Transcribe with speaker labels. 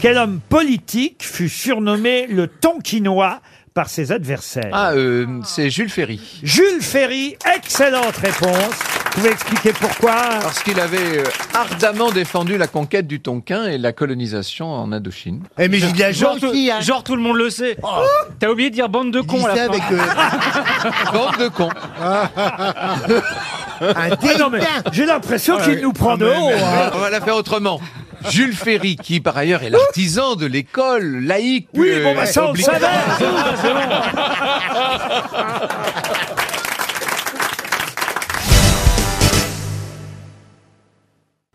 Speaker 1: Quel homme politique fut surnommé le Tonkinois par ses adversaires
Speaker 2: Ah, euh, c'est Jules Ferry.
Speaker 1: Jules Ferry, excellente réponse. Vous pouvez expliquer pourquoi
Speaker 2: Parce qu'il avait euh, ardemment défendu la conquête du Tonkin et la colonisation en Indochine.
Speaker 3: Eh mais Gilles
Speaker 4: Genre,
Speaker 3: Lajon,
Speaker 4: tout-
Speaker 3: qui, hein Oh.
Speaker 4: genre tout le monde le sait. T'as oublié de dire bande de
Speaker 3: Il
Speaker 4: cons à
Speaker 3: disait
Speaker 4: la fin.
Speaker 3: avec euh,
Speaker 2: Bande de cons.
Speaker 3: un
Speaker 1: Ah non, mais
Speaker 3: dédain.
Speaker 1: j'ai l'impression qu'il nous prend de haut. hein.
Speaker 2: On va la faire autrement. Jules Ferry, qui par ailleurs est l'artisan de l'école, laïque.
Speaker 1: Oui, bah,
Speaker 2: euh,
Speaker 1: bon, bah ça, on le
Speaker 2: obligatoire.
Speaker 1: savait.